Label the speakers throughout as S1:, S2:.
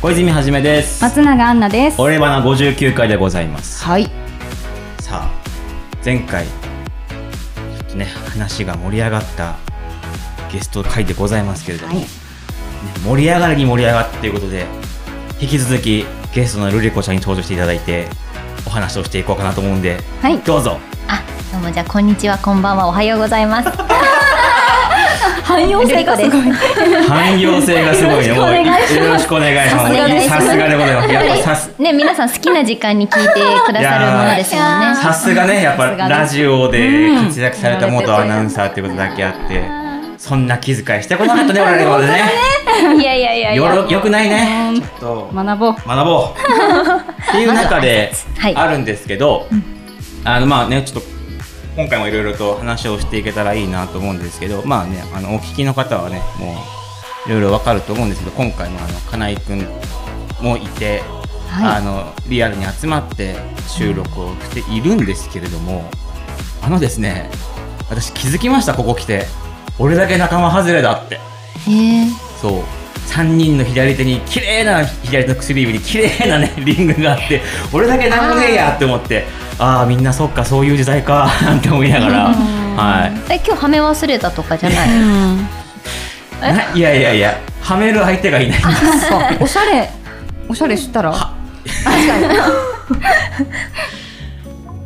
S1: 小泉はじめです。
S2: 松永杏奈です。
S1: オレバナ59回でございます。
S2: はい。
S1: さあ、前回、ちょっとね、話が盛り上がったゲスト会でございますけれども、
S2: はい
S1: ね盛り上がりに盛り上がってということで、引き続きゲストのルリコちゃんに登場していただいて、お話をしていこうかなと思うんで、
S2: はい。
S1: どうぞ。
S3: あ、どうもじゃあこんにちは、こんばんは、おはようございます。
S2: 汎用性がすごい。
S1: 汎用性がすごいね。
S2: よろしくお願い
S1: も
S2: します
S1: うよろしくお願いします。
S3: さすがです
S1: さすがでございます。やっぱさす
S3: ね、皆さん好きな時間に聞いてくださるものですよ
S2: いや
S3: ね。
S1: さすがねやっぱ
S2: さすがです
S1: ラジオで活躍された元アナウンサーってことだけあってそんな気遣いしてこなかったね我々のね
S3: いやいやいやい
S1: よ
S3: や。
S1: ろよくないねちょっと
S2: 学ぼう。
S1: 学 ぼうっていう中で
S3: はい
S1: あるんですけど、あのまあねちょっと今回もいろいろと話をしていけたらいいなと思うんですけどまあねあのお聞きの方はねもういろいろわかると思うんですけど今回もあの金井くんもいて、あのリアルに集まって収録をしているんですけれどもあのですね私気づきましたここ来て俺だけ仲間外れだって。
S3: え
S1: そう3人の左手に綺麗な左手の薬指に綺麗なね リングがあって俺だけなんもねえやって思ってああーみんなそっかそういう時代か なんて思いながらは
S3: ーえ、今日はめ忘れたとかじゃな い。
S1: いないやいやいやはめる相手がいないんです
S2: あおしゃれ。おしゃれしたら。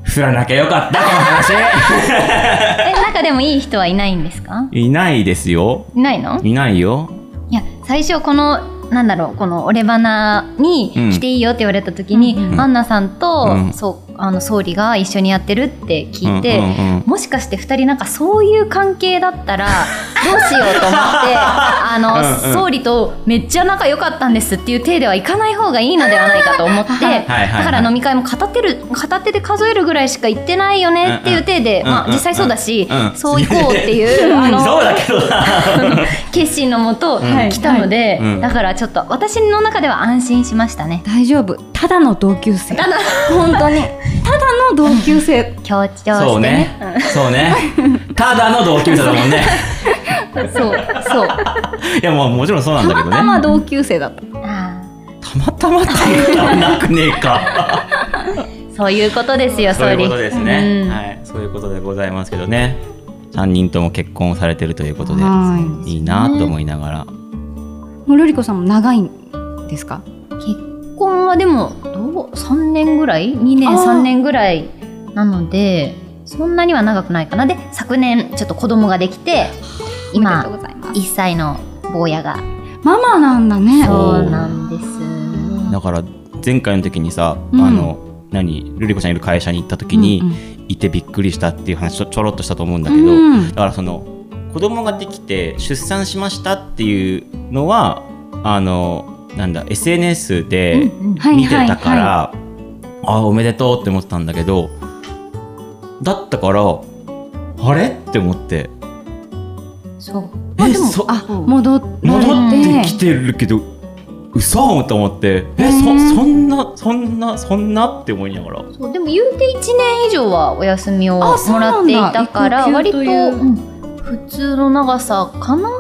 S1: 振らなきゃよかったこの話
S3: え、中でもいい人はいないんですか。
S1: いないですよ
S3: いないの。
S1: いないよ
S3: いや、最初この。なんだろうこの「オレバナ」に
S1: うん
S3: 来ていいよって言われた時に、
S2: うん
S1: うん
S3: アンナさんと、
S1: うん
S3: そうあの総理が一緒にやってるって聞いて、
S1: うんうんうん
S3: もしかして2人なんかそういう関係だっ たらどうしようと思ってあの、
S1: うんうん
S3: 総理とめっちゃ仲良かったんですっていう体ではいかない方がいいのではないかと思って
S1: はいはい
S3: だから飲み会も片手る片手で数えるぐらいしか行ってないよねっていう体で、
S1: うんうん
S3: まあ、実際そうだし、
S1: うんうん
S3: そう行こうっ ていうあの
S1: そうだけどな
S3: 決心のもと
S1: ん
S3: 来たので、
S1: はいうん
S3: だからちょっと私の中では安心しましたね。
S2: 大丈夫。ただの同級生。ただ本当に。ただの同級生。
S3: 強調してね。
S1: そうねそうねただの同級生だもん ね
S2: そうそう。
S1: いやもうもちろんそうなん
S2: た
S1: だけど
S2: ま
S1: ね
S2: たま同級生だった。
S3: あ
S1: たまたまって言ったらなくねえか
S3: ーそういうことですよ、
S1: そう
S3: 総
S1: いう
S3: 理。
S1: ことですね、
S3: うん
S1: はい、そういうことでございますけどね3人とも結婚をされてるということで
S2: はい
S1: いなと思いながら、
S2: もうルリコさんも長いんですか。
S3: 結婚はでもどう三年ぐらい、二
S2: あ
S3: 年
S2: ー
S3: 三年ぐらいなので、そんなには長くないかな。で昨年ちょっと子供ができて、
S2: おめでとう
S3: 今
S2: ございます。
S3: 一歳の坊やが
S2: ママなんだね。
S3: そうなんです。
S1: だから前回の時にさ、
S2: うん
S1: あの何ルリ子ちゃんいる会社に行った時に、
S2: うん
S1: いてびっくりしたっていう話ちょちょろっとしたと思うんだ
S2: う
S1: けど、
S2: ん。
S1: だからその子供ができて出産しましたっていうのはあのなんだ SNS で、
S3: うん
S2: はい
S1: 見てたか
S2: は
S1: ら、あおめでとうって思ってたんだけどだったからあれって思って
S3: そう。
S1: え
S2: でも
S1: そ
S2: いはい。あ戻って。
S1: 戻ってきてるけど嘘と思ってえそ
S2: うん
S1: そんなそんなそんなって思いながら
S3: そうでも言うて1年以上はお休みを
S2: あそう
S3: も
S2: な
S3: らっ
S2: ん
S3: てい
S2: だ
S3: たから
S2: 育休
S3: 割
S2: と
S3: と、
S2: いう
S3: うん普通の長さかな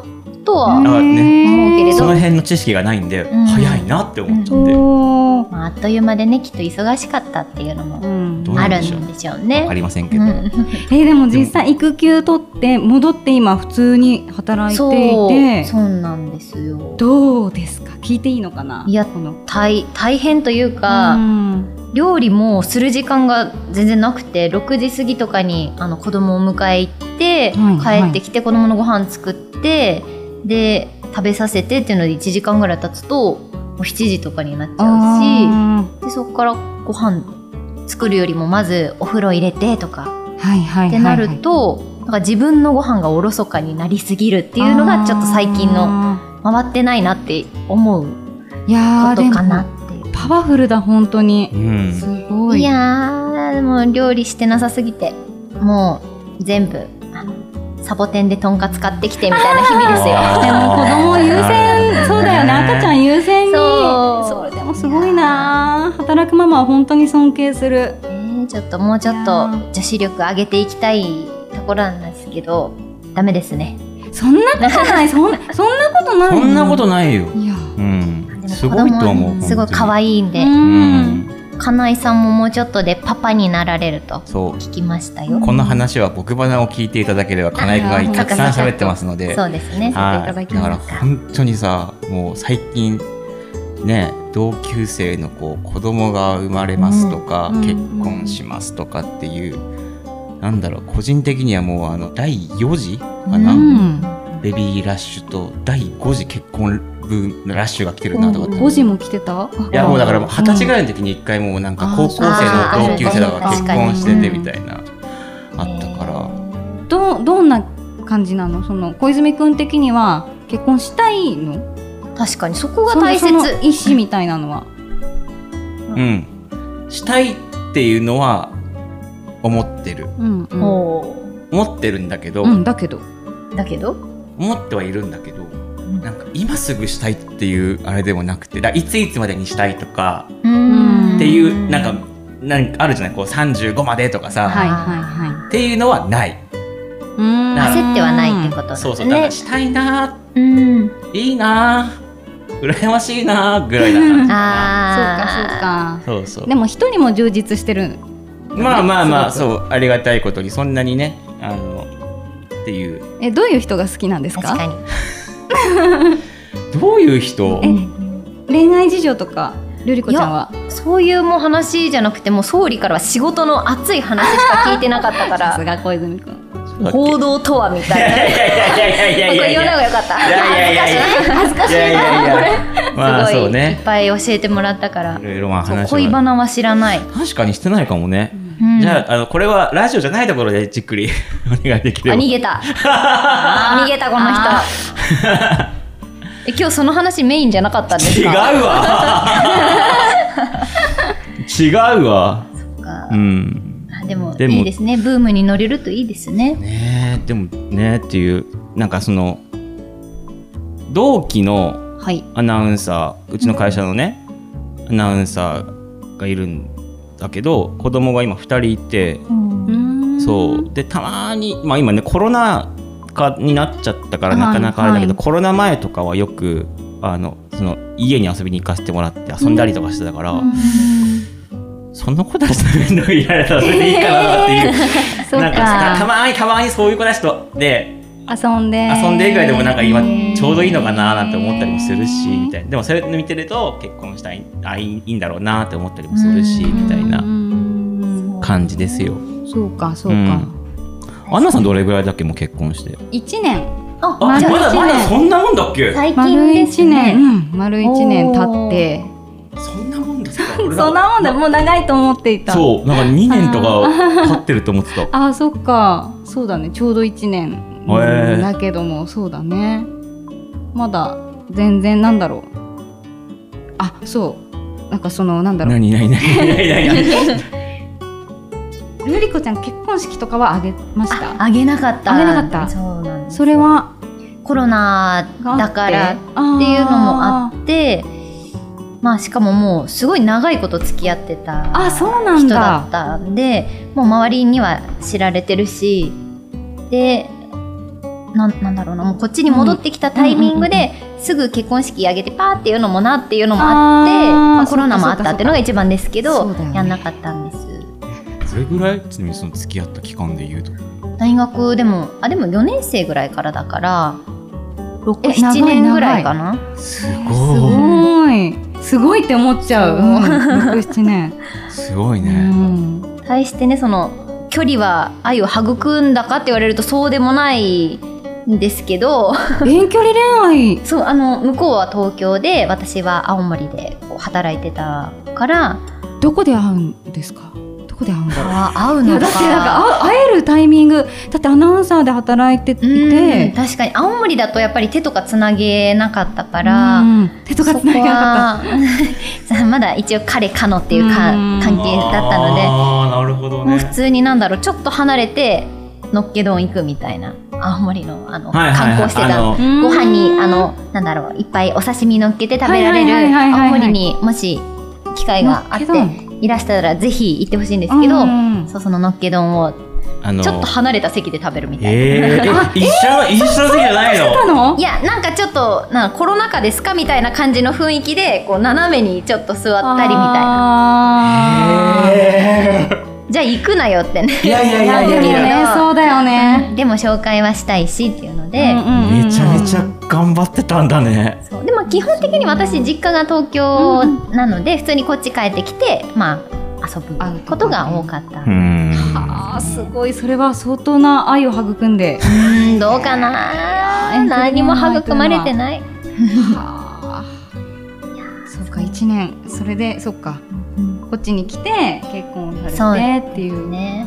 S3: とは、
S1: ん
S3: 思うけれど
S1: その辺の知識がないんで、
S3: うん
S1: 早いなって思っちゃって、
S2: おー
S3: まあ、あっという間でねきっと忙しかったっていうのも
S2: うん
S1: どうな
S3: あ
S1: ん
S3: る
S1: でしょうん
S3: でしょうね。
S1: ありませんけど、
S3: うん
S2: えーでも実際育休取って戻って今普通に働い
S3: そう
S2: ていて
S3: そうなんですよ
S2: どうですか聞いていいのかない
S3: や
S2: この
S3: 大大変というか、
S2: うん
S3: 料理もする時間が全然なくて6時過ぎとかにあの子供を迎え行って、
S2: はいはい
S3: 帰ってきて子供のご飯作ってで食べさせてっていうので1時間ぐらい経つともう7時とかになっちゃ
S2: あ
S3: うしでそこからご飯作るよりもまずお風呂入れてとか
S2: ーはいはいはいはい
S3: ってなると、なんか自分のご飯がおろそかになりすぎるっていうのがちょっと最近の
S2: あ
S3: 回ってないなって思うこ
S2: ーいやー
S3: と
S2: で
S3: かなっ
S2: も
S3: ていう。
S2: パワフルだ本当
S1: う
S2: に
S1: ん
S2: すごい
S3: いやーもう料理してなさすぎてもう全部あのサボテンでとんかつ買ってきてみたいな日々ですよ
S1: あー
S2: でも子供優
S1: なるほどね
S2: 先そうだよね赤ちゃん優先に
S3: そう
S2: それでもすごいな働くママは本当に尊敬する
S3: ねえちょっともうちょっ
S2: い
S3: と
S2: や
S3: 女子力上げていきたいところなんですけどダメですね
S2: そんなことないそんそんなことない
S1: そんなことないよ。
S2: いや
S1: うん。
S3: でも
S1: すごいと思
S3: 子供
S1: う。
S3: はすごい可
S1: い。
S3: 愛いんで、
S1: う
S2: うん
S1: ん。
S3: 金井さんももうちょっとでパパになられると
S1: そう。
S3: 聞きましたよ
S1: この話は僕花を聞いていただければ金井君がたくさん喋ってますので。
S3: そうですね
S1: は
S3: させて
S1: い。
S3: いた
S1: だか
S3: だ
S1: ら
S3: きました
S1: 本当にさ、もう最近ね、同級生のこう子供が生まれますとか、
S2: うん
S1: 結婚しますとかっていう、なんだろう個人的にはもうあの第4次かな、
S2: うん
S1: ベビーラッシュと第5次結婚分ラッシュが来てるなとかって
S2: 5時も来てた
S1: いやもうだからもう二十歳ぐ
S2: い
S1: らいの時に一回もうなんか
S2: あー
S1: 高校生の同級生とか
S2: あー
S1: 結
S2: そうか
S1: 婚しててみたいなあ
S3: うん
S1: ったから
S2: どどんな感じなのその小泉君的には結婚したいの
S3: 確かにそこが大切
S2: そのその意思みたいなのは
S1: うんしたいっていうのは思ってる
S2: うんうん、
S3: お
S1: 思ってるんだけど、
S2: うん、だけど
S3: ーだけど
S1: 思ってはいるんだけどなんか今すぐしたいっていうあれでもなくてだいついつまでにしたいとか
S2: ん
S1: っていうなんかなんかあるじゃないこう35までとかさ、
S2: はいはいはい
S1: っていうのはない
S3: 焦ってはないって
S2: と
S3: ことだ
S1: そうそうだか
S3: ね
S1: らしたいな
S3: うん
S1: ーいいなー羨ましいなーぐらいな感じかな
S2: そうかそう
S3: ああ
S2: か
S1: そうそう
S2: でも一人も充実してる
S1: まあまあまあ
S2: すご
S1: そうありがたいことにそんなにねあのっていう
S2: えどういう人が好きなんです
S3: 確か
S2: か
S3: に
S1: どういう人
S2: え恋愛事情とかルリコちゃんは
S3: そういうもう話じゃなくてもう総理からは仕事の熱い話しか聞いてなかったか
S2: さす
S3: ら
S2: が小泉くん
S3: 報道とはみた
S1: いや
S3: いな。
S1: いやいやいやいやいや
S3: こ
S1: い
S3: れ言わない
S1: や
S3: 方がよかった。
S1: いやいやいや
S3: 恥ずかしい。恥ずかしいな。
S1: いやまあ
S3: す
S1: そ
S3: ご
S1: う
S3: い、い
S1: ね
S3: っぱい教えてもらったから
S1: い。ろいろまあ
S3: そう
S1: 話
S3: 恋
S1: は
S3: バナは知らない。
S1: 確かにしてないかもね
S3: うん
S1: じゃああのこれはラジオじゃないところでじっくりお願いでき
S3: あ
S1: れば
S3: 逃げ た。逃げたこの人
S2: あ。
S3: え今日その話メインじゃなかったんです
S1: 違う
S3: か。
S1: わ違うわ
S3: か
S1: うん
S3: あでも
S1: でも
S3: いいですね。ブームに乗れるといいですね。
S1: ねえでもねえっていうなんかその同期の
S2: はい
S1: アナウンサーうちの会社のね、アナウンサーがいるんだけど子供が今2人いて、そうでたまに、まあ、今ねコロナ禍になっちゃったから
S2: はい
S1: なかなかあれだけど、
S2: は
S1: コロナ前とかはよくあのその家に遊びに行かせてもらって遊んだりとかしてたから、その子たちと面倒見られたらそれでいいかなっていう、
S2: そう
S1: なんかた
S2: か
S1: まにたまにそういう子たちとで
S2: 遊んで
S1: 遊んで以外でもなんか今ちょうどいいのかななんて思ったりもするし
S3: へー
S1: みたいなでもそれ見てると結婚したいあいいいんだろうなって思ったりもするし
S3: うん
S1: みたいうなん感じですよ。
S2: そうかそう
S1: う
S2: か
S1: んアンナさんどれぐらいだっけもう結婚して。
S2: 一年
S3: あ
S1: あま
S3: じゃあ
S1: だまだそんなもんだっけ
S3: 最
S2: 丸
S3: 近です
S2: 一年う
S3: ね。
S2: ん丸一年経って
S1: そんなもんだ った
S2: そんなもんだもう長いと思っていた
S1: そうなんか2年 とか経ってると思ってた
S2: あーそっかそうだねちょうど1年、
S1: へー
S2: うんだけどもそうだねまだ全然なんだろうあそうなんかそのなんだろう
S1: 何何何何何 何
S2: ルリコちゃん結婚式とかはあげました
S3: あげなかった。
S2: あげなかった
S3: そうなんです
S2: それは
S3: コロナ
S2: があ
S3: だからっていうのもあって。まあしかももうすごい長いこと付き合ってた
S2: あそうなん
S3: 人
S2: だ
S3: だったんでもう周りには知られてるしでなんなんだろうなもうこっちに戻ってきたタイミングですぐ結婚式あげてパーっていうのもなっていうのもあって
S2: あー
S3: まあ、
S2: そ
S3: コ
S2: っか
S3: ロナもあったっていうのが一番ですけ
S2: そ
S3: ど、
S2: うだよね
S3: やんなかったんです
S1: それぐらいちなみにその付き合った期間で言うと
S3: 大学でもあでも4年生ぐらいからだから
S2: え
S3: 67年ぐらいかな
S1: す
S2: す
S1: ごい
S2: ごいすごいって思っちゃう、
S3: そう
S2: うん、67年、
S1: すごいうね
S2: ん、
S3: 対してねその距離は愛を育んだかって言われるとそうでもないんですけど
S2: 遠距離恋愛
S3: そうあの向こうは東京で私は青森でこう働いてたから
S2: どこで会うんですかどこで会うんだろう
S3: あ会う
S2: い
S3: の
S2: や
S3: か
S2: だってなんか会会えるタイミングだってアナウンサーで働いて
S3: うん
S2: いて
S3: 確かに青森だとやっぱり手とかつなげなかったか、
S2: から手とかつなげなかっ
S3: そこは まだ一応彼かのっていうか
S2: うん
S3: 関係だったので
S1: ああなるほど
S3: もう
S1: ね
S3: 普通になんだろうちょっと離れてのっけ丼行くみたいな青森のあの、
S1: はいはいはい
S3: 観光して
S1: あ
S3: た
S1: の
S3: ご飯にあのなんだろういっぱいお刺身乗っけて食べられ
S2: はいはい
S3: る
S2: はいはいはいはい
S3: 青森にもし機会があって
S2: のっけ
S3: いらしたらぜひ行ってほしいんですけど、
S2: うん
S3: そうそののっけ丼を
S1: あの
S3: ちょっと離れた席で食べるみたいな。
S1: えー、え一緒一緒じゃないの
S2: たの
S3: いやなんかちょっとなんかコロナ禍ですかみたいな感じの雰囲気でこう斜めにちょっと座ったりみたいな
S2: な
S1: え
S3: じゃあ行くなよってね
S1: ー、いやいやい
S2: い
S1: や
S2: や
S1: い
S2: で
S1: や
S2: も
S1: いや
S2: ねそうだよね
S3: でも紹介はしたいしっていうので、
S1: めちゃめちゃ頑張ってたんだね
S3: そうでも基本的に私実家が東京なので普通にこっち帰ってきてまあ遊ぶことが多かった
S1: うーん
S2: あーすごいそれは相当な愛を育んで
S3: うんどうかな
S2: 遠距離恋愛
S3: 何も育まれてない
S2: はーそうか1年それでそっかこっちに来て結婚を
S3: そ
S2: さ
S3: う
S2: れてっていう
S3: ね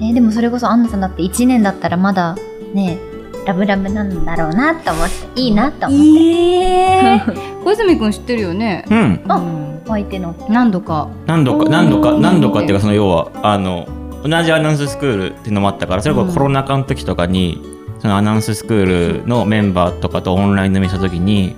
S3: えでもそれこそアンナさんだって1年だったらまだねラブラブなんだろうなと思っていいなと思って
S2: えー、小泉君知ってるよね、
S1: うん
S3: あ
S2: うん
S3: お相手の
S2: 何度か
S1: 何度か何度
S2: お
S1: か
S2: ー
S1: 何度かっていうかその要はあの同じアナウンススクールっていうのもあったからそれこそコロナ禍の時とかに、そのアナウンススクールのメンバーとかとオンライン飲みした時に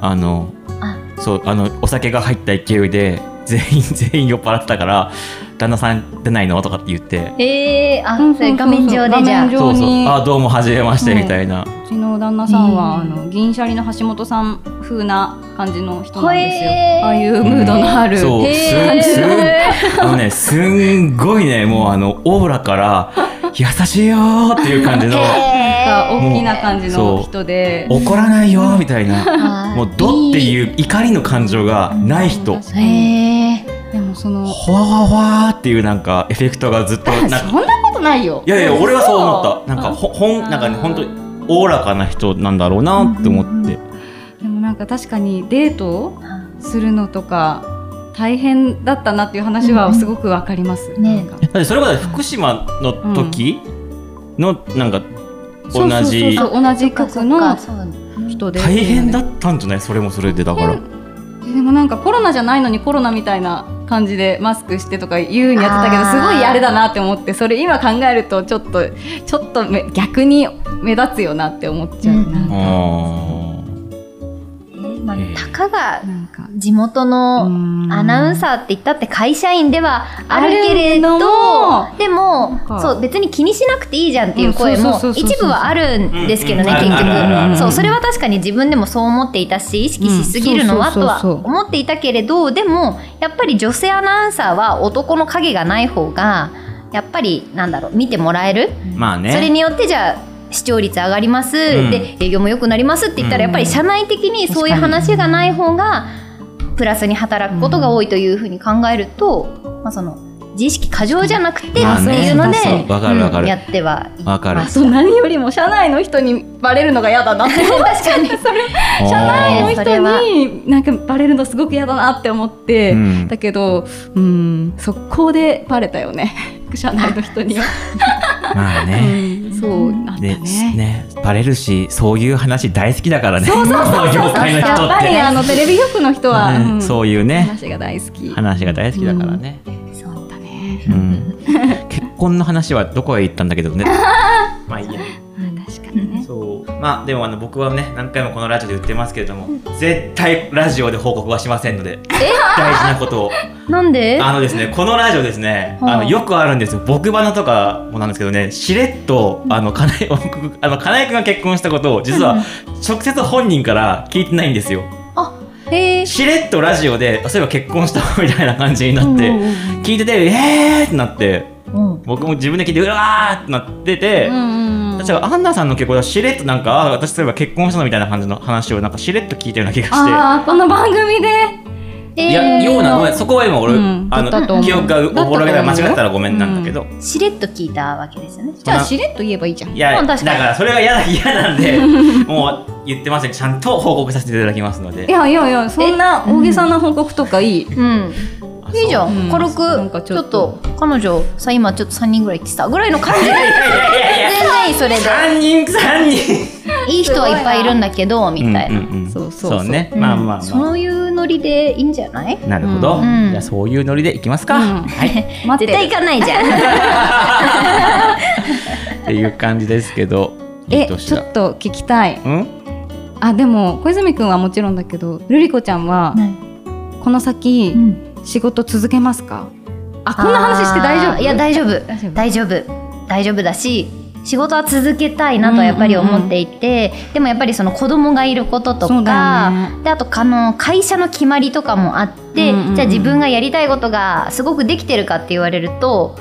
S1: あの
S3: あ
S1: そうあのお酒が入った勢いで 全員全員酔っ払ってたから旦那さん出ないのとかって言って
S3: えー、あ
S2: うん
S3: それ画面上でじ
S2: 画面
S3: ゃあ
S2: 上
S1: そう
S2: に
S1: そうあどうも初めまして
S2: うん
S1: みたいな、
S2: うちの旦那さんは、
S3: えー
S2: あの銀シャリの橋本さん風な感じの人なんですよ、
S3: へー
S2: ああいうムードのある、
S1: そう
S3: へー
S1: すんすんあのねすんごい ねもうあのオーラから優しいよーっていう感じ の
S2: なんか
S3: へ
S2: 大きな感じの人で
S1: 怒らないよーみたいな
S3: ー
S1: もう「ど」っていう怒りの感情がない人
S2: 確かに
S3: へえ
S2: でもその
S1: ほわほわほわーっていうなんかエフェクトがずっとなんか
S2: そんなことないよ
S1: いやいや俺はそう思ったなんか
S2: あ
S1: ほほんなんかね本当におおらかな人なんだろうなって思って
S2: でもなんか確かにデートをするのとか大変だったなっていう話はすごくわかります、
S3: んね
S2: なんか
S1: だってそれこそ福島の時のなんか同じ
S2: そうそうそう同じ局の人で
S1: 大変だったんじゃないそれもそれでだから
S2: ででもなんかコロナじゃないのにコロナみたいな感じでマスクしてとか言うにやってたけど
S3: あー
S2: すごいあれだなって思ってそれ今考えるとちょっとちょっとめ逆に目立つよなって思っちゃうな、
S3: うん
S1: あー
S3: まあ
S1: えー
S3: たかが
S2: なんか
S3: 地元のアナウンサーって言ったって会社員ではあるけれど
S2: あるの
S3: で
S2: なん
S3: も
S2: か
S3: そう別に気にしなくていいじゃんっていう声
S2: うん
S3: も
S2: そうそうそうそう
S3: 一部はあるんですけどね
S1: うん
S3: 結
S1: あるあるある
S3: 局そうそれは確かに自分でもそう思っていたし意識しすぎるの
S2: う
S3: は
S2: んそ
S3: と
S2: うそうそうそ
S3: は
S2: う
S3: 思っていたけれどでもやっぱり女性アナウンサーは男の影がない方がやっぱりなんだろう見てもらえる
S1: まあね
S3: それによってじゃあ視聴率上がります、
S1: ん
S3: で営業も良くなりますって言ったら、
S1: うん
S3: やっぱり社内的にそういう話がない方がプラスに働くことが多いというふうに考えると、まあ、その自意識過剰じゃなくてって
S1: まあね
S3: いうので
S1: そうそうわかるわかる
S3: うんやってはい
S1: わかる
S2: あと何よりも社内の人にバレるのが嫌だなって
S3: 確かに
S2: 社内の
S3: それは
S2: 人になんかバレるのすごく嫌だなって思って、
S1: うん
S2: だけどうん速攻でバレたよね 社内の人には、
S1: まあ
S2: う
S1: ね
S2: ん、そうなった
S1: で
S2: ね
S1: ねバレるしそういう話大好きだからね
S2: そうそうそう
S1: この業界の人
S2: やっ
S1: っ
S2: ぱり
S1: て
S2: あのテレビ局の人は、
S1: うん
S2: うん
S1: そういうね
S2: 話が大好き。
S1: 話が大好きだからね
S3: そう
S2: だね。
S1: うん結婚の話はどこへ行ったんだけどね まあいいや
S2: 確かにね。
S1: そうまあでもあの僕はね何回もこのラジオで言ってますけれども絶対ラジオで報告はしませんので大事なことを
S3: なんで
S1: あのですねこのラジオですね
S3: はあ
S1: あのよくあるんですよ僕花とかもなんですけどねしれっとあの金井僕あの金井君が結婚したことを実は直接本人から聞いてないんですよ
S3: あへえ
S1: しれっとラジオであそういえば結婚したみたいな感じになって聞いててえーってなって
S3: うん
S1: 僕も自分で聞いてうわーってなってて、
S2: うん
S1: 確かアンナさんの結婚はしれっとなんかあー私そういえば結婚したのみたいな感じの話をなんかしれっと聞いたような気がして。
S2: ああこの番組で。
S1: いや、ようなごめんそこは今俺、
S2: うん
S1: あ
S2: だったと思
S1: の
S2: う
S1: 記憶がおぼろげだ
S2: だったと思
S1: 間
S2: う
S1: 違ったらごめんなんだけど、
S3: しれっと聞いたわけですよね
S2: じゃあしれっと言えばいいじゃん。
S1: いや
S3: うん
S1: だ
S3: 確
S1: か
S3: かに
S1: らそれが嫌だ嫌なん でもう言ってませんちゃんと報告させていただきますので
S2: いやいやいやそんな大げさな報告とかいい。
S3: うん
S1: あそう
S3: いいじゃ
S2: うんん
S3: 軽く、
S2: なんか
S3: ち
S2: ち
S3: ょ
S2: ょ
S3: っ
S2: っ
S3: と
S2: と
S3: 彼女さ今ちょっと3人ぐらい来てたぐらいの感じで全然いいそれで
S1: 三人三人
S3: いい人はいっぱいいるんだけどみたいな、
S1: うんうんうん
S2: そうそうそう
S1: ね、
S3: うん
S1: まあまあま
S3: そういうノリでいいんじゃない
S1: あなるほど、
S3: うん
S1: じゃあそういうノリでいきますか、
S2: うん
S1: はい
S2: 待っ
S3: 絶
S2: て
S3: 対 行かないじゃん
S1: っていう感じですけどいい
S2: え
S1: 年
S2: ちょ
S1: だ
S2: っと聞きたい
S1: うん
S2: あでも小泉君はもちろんだけどルリ子ちゃんは
S3: はい
S2: この先
S3: うん
S2: 仕事続けますかあこんな話して大丈
S3: あ
S2: 夫
S3: ーいや大丈夫
S2: 大丈夫
S3: 大丈夫大丈夫だし仕事は続けたいなとはやっぱり思っていて、でもやっぱりその子供がいることと
S2: そうだ
S3: か、
S2: よね
S3: であとあの会社の決まりとかもあって、
S2: うんうんうん
S3: じゃあ自分がやりたいことがすごくできてるかって言われると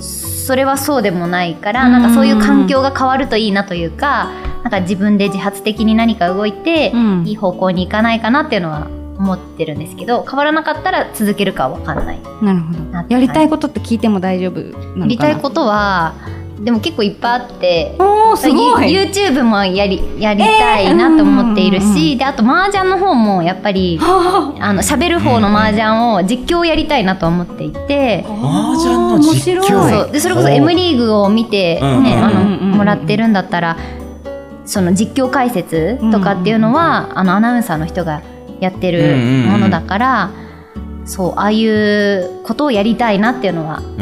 S3: それはそうでもないから、
S2: うんうん
S3: なんかそういう環境が変わるといいなというかなんか自分で自発的に何か動いて、
S2: うん
S3: いい方向に行かないかなっていうのは思ってるんですけど変わらなかったら続けるかは分かんない。
S2: なるほ
S3: な
S2: どやりたいことって聞いても大丈夫なのかな
S3: やりたいことはでも結構いっぱいあって
S2: おーすごい
S3: ユ YouTube もやりやりたいなと思っているし、
S2: えーうんうん
S3: であと麻雀の方もやっぱり
S2: は
S3: あの喋る方の麻雀を実況をやりたいなと思っていて、
S2: あ
S1: 麻雀の実況
S2: 面白い
S3: そうでそれこそ M リーグを見て、ね
S1: うんうんうん
S3: あの
S2: うんうんうん
S3: もらってるんだったらその実況解説とかっていうのは、あのアナウンサーの人がやって
S1: うんうん
S3: る
S1: うん
S3: ものだから、そうああいうことをやりたいなっていうのはあって、
S1: へ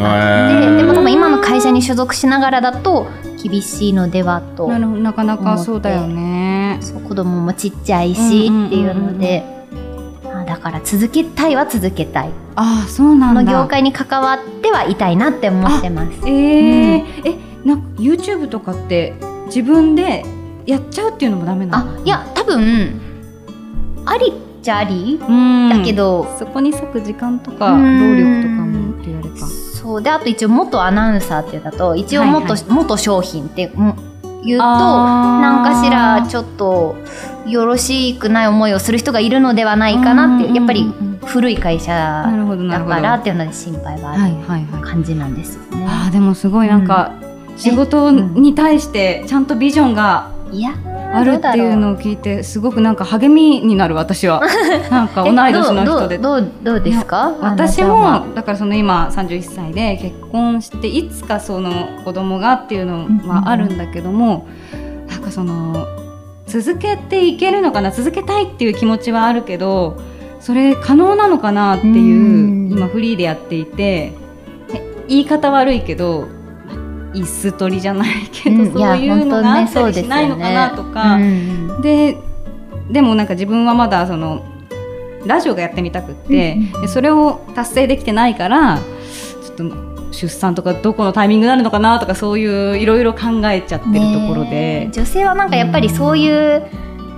S1: ー
S3: でも多分今の会社に所属しながらだと厳しいのではと
S2: なるほどなかなかそうだよね
S3: そう子供もちっちゃいし
S2: うんうんうんうん
S3: っていうので、あだから続けたいは続けたい。
S2: あーそうな
S3: この
S2: んだ
S3: 業界に関わってはいたいなって思ってます。
S2: えーえなんか YouTube とかって自分でやっちゃうっていうのもダメなの
S3: あ、いや、多分。ありっちゃあり、
S2: うん
S3: だけど。
S2: そこに割く時間とか
S3: う
S2: 労
S3: ん
S2: 力とかもって言われた
S3: そうで、あと一応元アナウンサーっていうだと、一応元、
S2: はい
S3: 元商品って、も言うと。な
S2: なん
S3: かしら、ちょっと。よろしくない思いをする人がいるのではないかなっていう、やっぱり古い会社
S2: な。るほどな
S3: だ
S2: るほど
S3: からっていうので、心配は
S2: は
S3: あ
S2: い
S3: る
S2: はいはい
S3: 感じなんですよね。
S2: あーでもすごいなんか、仕事に対してちゃんとビジョンが
S3: いや、
S2: あるっていうのを聞いてすごくなんか励みになる私 はなんか
S3: ど
S2: 同いう
S3: だろう。
S2: 年の人
S3: え
S2: で
S3: どう、どう、どうですか。
S2: 私
S3: あなたは
S2: もだからその今31歳で結婚していつかその子供がっていうのはあるんだけども、なんかその続けていけるのかな続けたいっていう気持ちはあるけどそれ可能なのかなっていう
S3: うん
S2: 今フリーでやっていてえ言い方悪いけど椅子取りじゃないけど、
S3: うん い
S2: そ
S3: や
S2: ういうのがあったりしないのかなとか。
S3: うん
S2: ででもなんか自分はまだそのラジオがやってみたくって、
S3: うんうん
S2: でそれを達成できてないからちょっと出産とかどこのタイミングになるのかなとかそういういろいろ考えちゃってるところ
S3: ねえ
S2: で、
S3: 女性はなんかやっぱりそういう、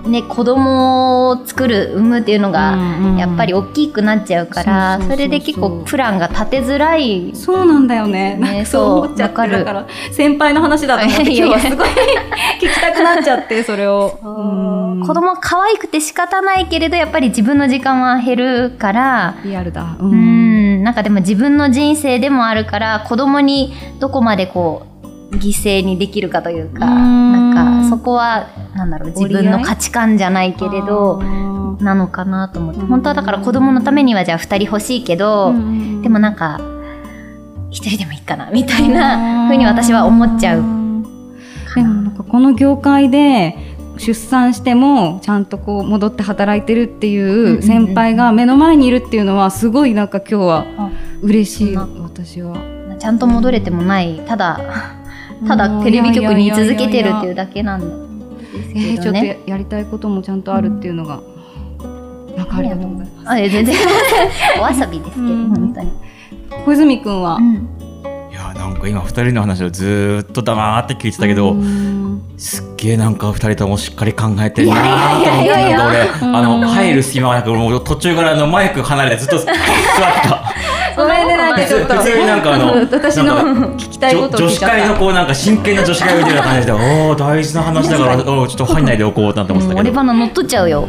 S3: ね、子供を作る産むっていうのがやっぱり大きくなっちゃうから、
S2: そうそうそうそう
S3: それで結構プランが立てづらい
S2: そうなんだよね
S3: ね
S2: なんか
S3: そう
S2: そう思っちゃって
S3: わかる
S2: だから先輩の話だと思って今
S3: い
S2: 日
S3: やいや
S2: はすごい聞きたくなっちゃってそれを。うん
S3: 子供は可愛くて仕方ないけれどやっぱり自分の時間は減るから。
S2: リアルだ、
S3: う、んなんかでも自分の人生でもあるから子供にどこまでこう犠牲にできるかというか
S2: うん
S3: なんかそこはなんだろう自分の価値観じゃないけれど
S2: あー
S3: なのかなと思って
S2: うん
S3: 本当はだから子供のためにはじゃあ2人欲しいけど、
S2: うん
S3: でもなんか1人でもいいかなみたいなふうに私は思っちゃう。
S2: でもなんかこの業界で出産してもちゃんとこう戻って働いてるっていう先輩が目の前にいるっていうのはすごいなんか今日
S3: あ
S2: は嬉しい
S3: そ
S2: 私は
S3: ちゃんと戻れてもないただただテレビ局に居続けてるっていうだけなんです
S2: えー
S3: け
S2: ちょ
S3: ど
S2: っと
S3: ね。
S2: ややりたいこともちゃんとあるっていうのが、なんかありがとうございます
S3: あいや全然お遊びですけど、
S2: うん
S3: 本当に、
S2: 小泉君は、
S1: いやなんか今二人の話をずーっと黙って聞いてたけど、
S2: うん
S1: すっげえなんか二人ともしっかり考えてるなーと思っ
S3: いや
S1: て
S3: いやいやいや
S1: なんか
S2: うん
S1: 俺あの入る隙間がなくもう途中からあのマイク離れてず っと座ってた
S2: ごめんねなんかちょっと
S1: 普通になんかあの
S2: 私の
S1: なん
S2: 聞きたい
S1: 女
S2: こと
S1: 女
S2: を聞
S1: 子
S2: いちゃっ
S1: 会
S2: た
S1: のこうなんか真剣な女子会みたいな感じでおー大事な話 だからおーちょっと入んないでおこうなんて思って
S3: もう
S1: た
S3: 俺
S1: けど
S3: バナ乗っ取っちゃうよ。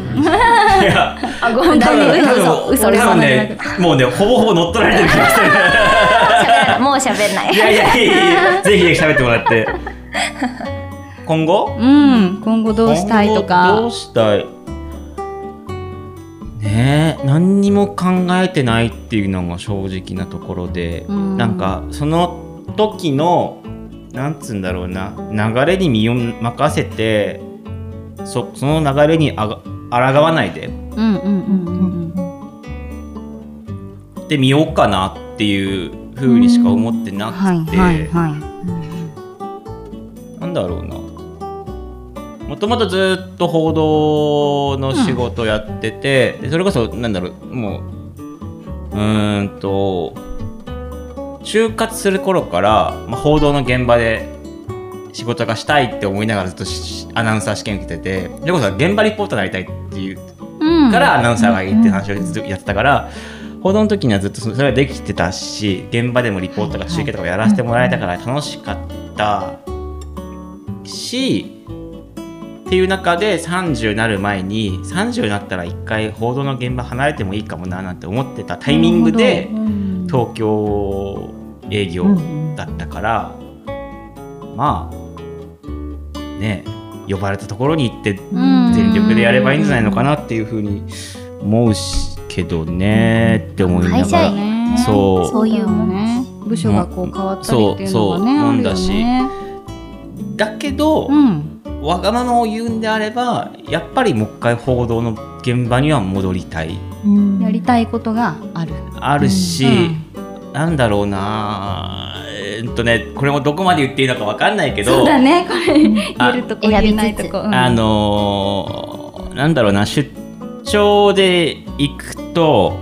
S1: いや
S3: あごめん
S1: 多
S3: 大丈
S1: 分
S3: 夫
S1: 多分多
S3: 嘘嘘嘘
S1: 分
S3: 喋
S1: ねもうねほぼほぼ乗っ取られてる気がする
S3: らない もう喋んない
S1: い。やいやいやい やぜひぜひ喋ってもらって今後
S2: うん今後どうしたいと
S1: 今後どう
S2: か
S1: したいねえ何にも考えてないっていうのが正直なところで、
S2: うん
S1: なんかその時のなんつうんだろうな流れに身を任せてそその流れにあが抗わないで
S2: うんうんうんうんうん
S1: ってみようかなっていうふうにしか思ってな
S2: はい
S1: くて、
S2: はいはい
S1: なんだろうなもともとずっと報道の仕事やってて、でそれこそなんだろうもううーんと就活する頃から、まあ、報道の現場で仕事がしたいって思いながらずっとしアナウンサー試験受けててそれこそ現場リポーターになりたいっていう
S2: うん
S1: からアナウンサーがいいって話をずっとやってたから、報道の時にはずっとそそれはできてたし現場でもリポートとか中継とかやらせてもらえたから楽しかったし、っていう中で30になる前に30になったら一回報道の現場離れてもいいかもななんて思ってたタイミングで東京営業だったから、まあね呼ばれたところに行って
S2: うん
S1: 全力でやればいいんじゃないのかなっていうふうに思うしけどねって思いな
S3: 会社
S1: がら
S3: 員
S2: ね
S1: そう
S3: そういうもん
S2: ね部署がこう変わったりっていうの
S1: うんそうそう
S2: がね、あるよね
S1: もんだしだけど、
S2: うん
S1: わがままを言うんであればやっぱりもう一回報道の現場には戻りたい
S2: やりたいことがある
S1: あるし、
S2: う
S1: なんだろうなえーっとねこれもどこまで言っていいのかわかんないけ
S2: そ
S1: ど
S2: うだ ねこれ
S1: あ
S2: 言えるとこ言えないとこ、うん
S1: あのーなんだろうな出張で行くと、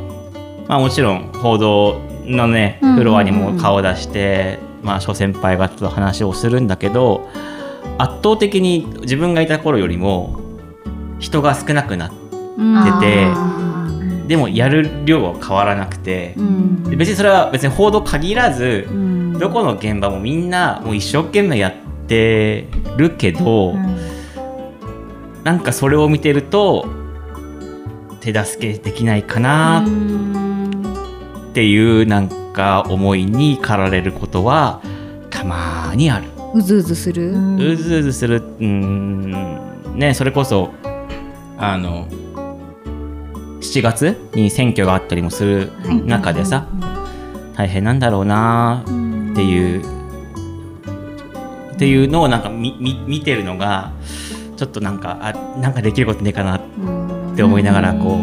S1: まあ、もちろん報道のね
S2: うんうんうん
S1: フロアにも顔を出して、まあ、諸先輩方と話をするんだけど圧倒的に自分がいた頃よりも人が少なくなって
S2: うん
S1: 出て
S2: あー
S1: でもやる量は変わらなくて
S2: う、ん
S1: で別にそれは別に報道限らず
S2: う、ん
S1: どこの現場もみんなもう一生懸命やってるけど。なんかそれを見てると手助けできないかなっていうなんか思いに駆られることはたまにある。
S2: うずうずする、
S1: うずうずするうーんねそれこそあの7月に選挙があったりもする中でさ、大変なんだろうなっていう、っていうのをなんか見見見てるのがちょっとなんかあなんかできることねえかな
S2: うん
S1: って思いながらこう
S2: う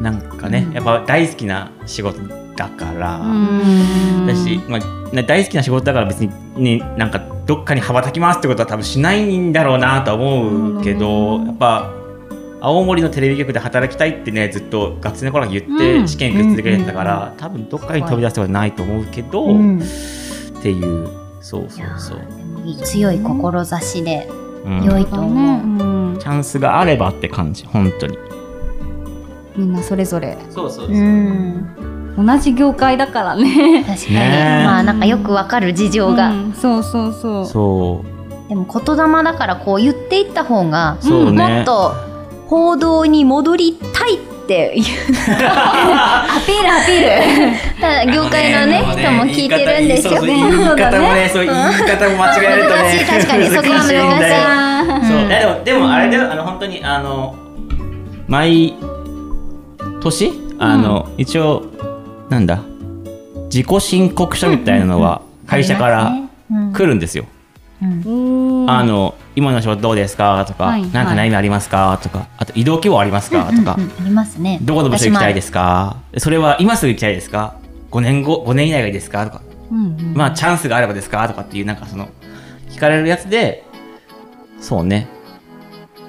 S2: ん
S1: なんかね、やっぱ大好きな仕事だから、
S2: うん
S1: だし、まあ、ね大好きな仕事だから別に、ね、なんかどっかに羽ばたきますってことは多分しないんだろうなとは思うけど、
S2: うん
S1: やっぱ青森のテレビ局で働きたいってねずっと学生の頃から言って、
S2: うん
S1: 試験受け続けてたから、多分どっかに飛び出すことはないと思うけど、っていうそうそうそう、
S3: 強い志で
S1: うん
S3: 良
S2: そ
S3: いう
S2: だね、うん
S1: チャンスがあればって感じ本当に
S2: みんなそれぞれ
S1: そうそう
S2: 同じ業界だからね
S3: 確かに、
S1: ねえ
S3: まあなんかよくわかる事情が、
S2: うんそうそうそう
S1: そう
S3: でも言霊だからこう言っていった方が、
S1: そうね
S3: もっと報道に戻りたいっていうアピールアピールただ業界のね人も聞いてるんでしょ
S1: そうそう言い
S2: そうだ
S1: 方
S2: ね
S1: もね、そう言い方も間違えるとね。
S3: 難しい確かにそこは難しい
S1: んだよ
S2: あ
S3: うん
S1: そう、いやでもでもあれだよ、あの本当にあの毎年あの、一応なんだ自己申告書みたいなのは会社から来るんですよ。
S2: ーうん
S1: あの今の仕事どうですかとか、
S2: はい
S1: なんか悩みありますかとか、あと移動希望ありますかとか、
S3: うんうんありますね
S1: どこの部署行きたいですすかそれは今すぐ行きたいですか5年後5年以内がいいですかとか
S2: うんうん
S1: まあチャンスがあればですかとかっていうなんかその聞かれるやつでそうね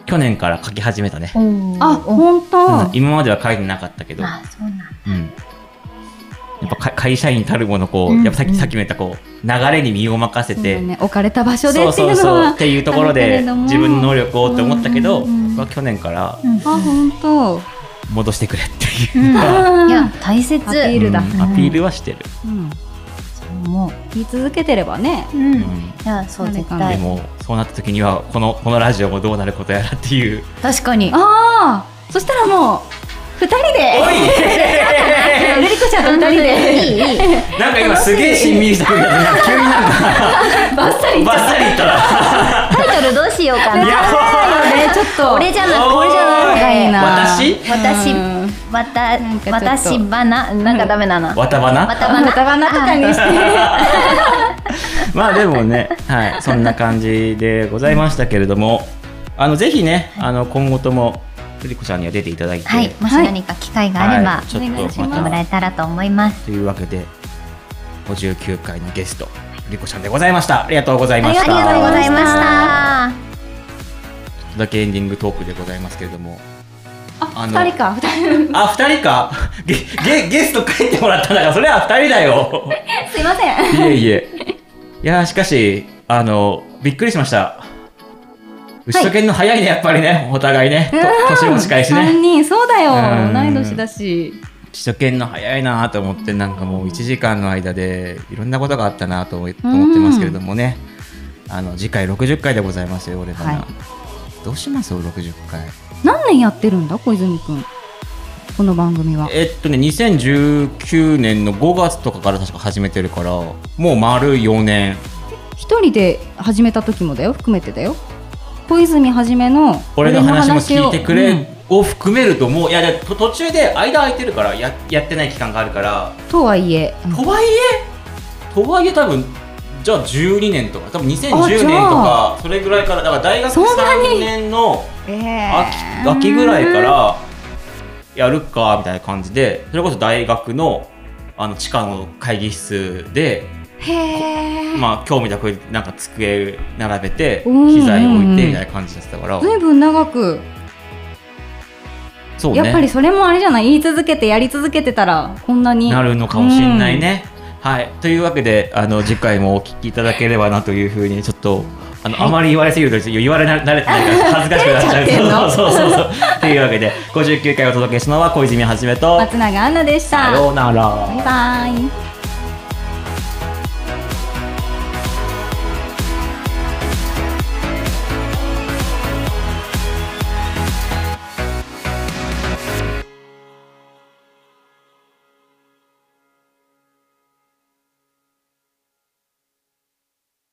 S1: 去年から書き始めたね、
S2: あ本
S1: うん
S2: 当
S1: 今までは書いてなかったけど、
S3: あそうなんだ
S1: うんやっぱか会社員たるものこう、
S3: うん
S1: やっぱさっ
S3: う
S1: き
S3: ん
S1: さっきも言ったこう流れに身を任せ
S2: そう
S1: て
S2: だね置かれた場所
S1: そう
S2: でっ
S1: そ
S2: てい
S1: うう
S2: の
S1: そう
S2: は
S1: っていうところ
S2: あるけ
S1: で
S2: れども
S1: 自分の能力をって思ったけど、
S2: うん
S1: 僕は去年から
S2: あ本当
S1: 戻してくれって
S3: う
S1: いう、
S3: ん
S2: うん
S3: いや大切
S2: アピールだ
S1: うんアピールはしてる、
S2: うん
S3: も
S2: 言い続けてればね
S3: う、うん、い
S1: うん
S3: やそう絶
S1: で
S3: 対
S1: もそうなった時にはこのこのラジオもどうなることやらっていう
S3: 確かに
S2: ああそしたらもう二人
S1: お
S2: で
S1: い
S2: ルリコちゃんと二人で
S3: いいいい
S1: なんか今すげえしんみりしたけどなんか急になんか
S2: バッサリ
S1: バッサリ いったら
S3: タイトルどうしようかな
S2: ねちょっと
S3: 俺じゃない
S1: おー
S3: これじゃない
S2: がいいな
S1: 私
S3: 私
S2: うん
S3: わ
S2: な
S3: た
S2: んかちょっと
S3: 私ばななんかダメだな
S1: わたばな
S3: わたばな
S2: たばなとかにして
S1: まあでもねはいそんな感じでございましたけれどもあのぜひねあの今後ともルリコちゃんには出ていただいて、
S3: はいもし何か機会があれば
S1: はいちょっ
S2: お願いし
S1: と
S2: ま
S1: ます
S3: 来てもら
S1: た
S3: えたらと思います
S1: というわけで59回のゲストルリコちゃんでございましたありがとうございました
S3: ありがとうございました
S1: とだけエンディングトークでございますけれども
S2: あ
S1: あの
S2: 二人か二人
S1: あ二人か ゲゲゲスト帰ってもらったんだからそれは二人だよ
S2: すいません
S1: いえいえいやーしかしあのびっくりしました打ち解けるの早いねやっぱりねお互いねと年も近いしね
S2: 3人そうだよ
S1: うん
S2: 同い年だし
S1: 打ち解けるの早いなと思ってなんかもう1時間の間でいろんなことがあったなと思い
S2: うん
S1: 思ってますけれどもねあの次回60回でございますよ俺花、
S2: はい
S1: どうします60回
S2: 何年やってるんだ小泉くんこの番組は
S1: えっとね2019年の5月とかから確か始めてるからもう丸4年
S2: 一人で始めた時もだよ含めてだよ小泉はじめの
S1: 俺の話も聞いてくれ、
S2: 俺の話を
S1: を含めるともういやだと途中で間空いてるからややってない期間があるから
S2: うんとはいえ、うん
S1: とはいえとはいえ多分じゃあ12年とか多分2010
S2: あじゃ
S1: 年
S2: あ
S1: とかそれぐらいからだから大学
S2: そんなに
S1: 3年の
S2: え
S1: 秋
S2: ー
S1: 秋ぐらいからやるかみたいな感じでそれこそ大学のあの地下の会議室で
S2: へえ、
S1: まあ今日みたくなんか机並べて
S2: うん
S1: 機材置いてみたいな感じだったから、
S2: ずいぶん長く、
S1: そうね
S2: やっぱりそれもあれじゃない言い続けてやり続けてたらこんなに
S1: なるのかもしれないね。はい、というわけであの次回もお聞きいただければなというふうにちょっとあの、あまり言われすぎると言われな慣れてないから恥ずかしくなっち
S2: 照れちゃ
S1: ゃう そうそうそうそうというわけで59回お届けしたのは小泉はじめ
S2: うん
S1: と
S2: 松永アンナでし
S1: さ
S2: た
S1: ようなら。
S2: バイバイ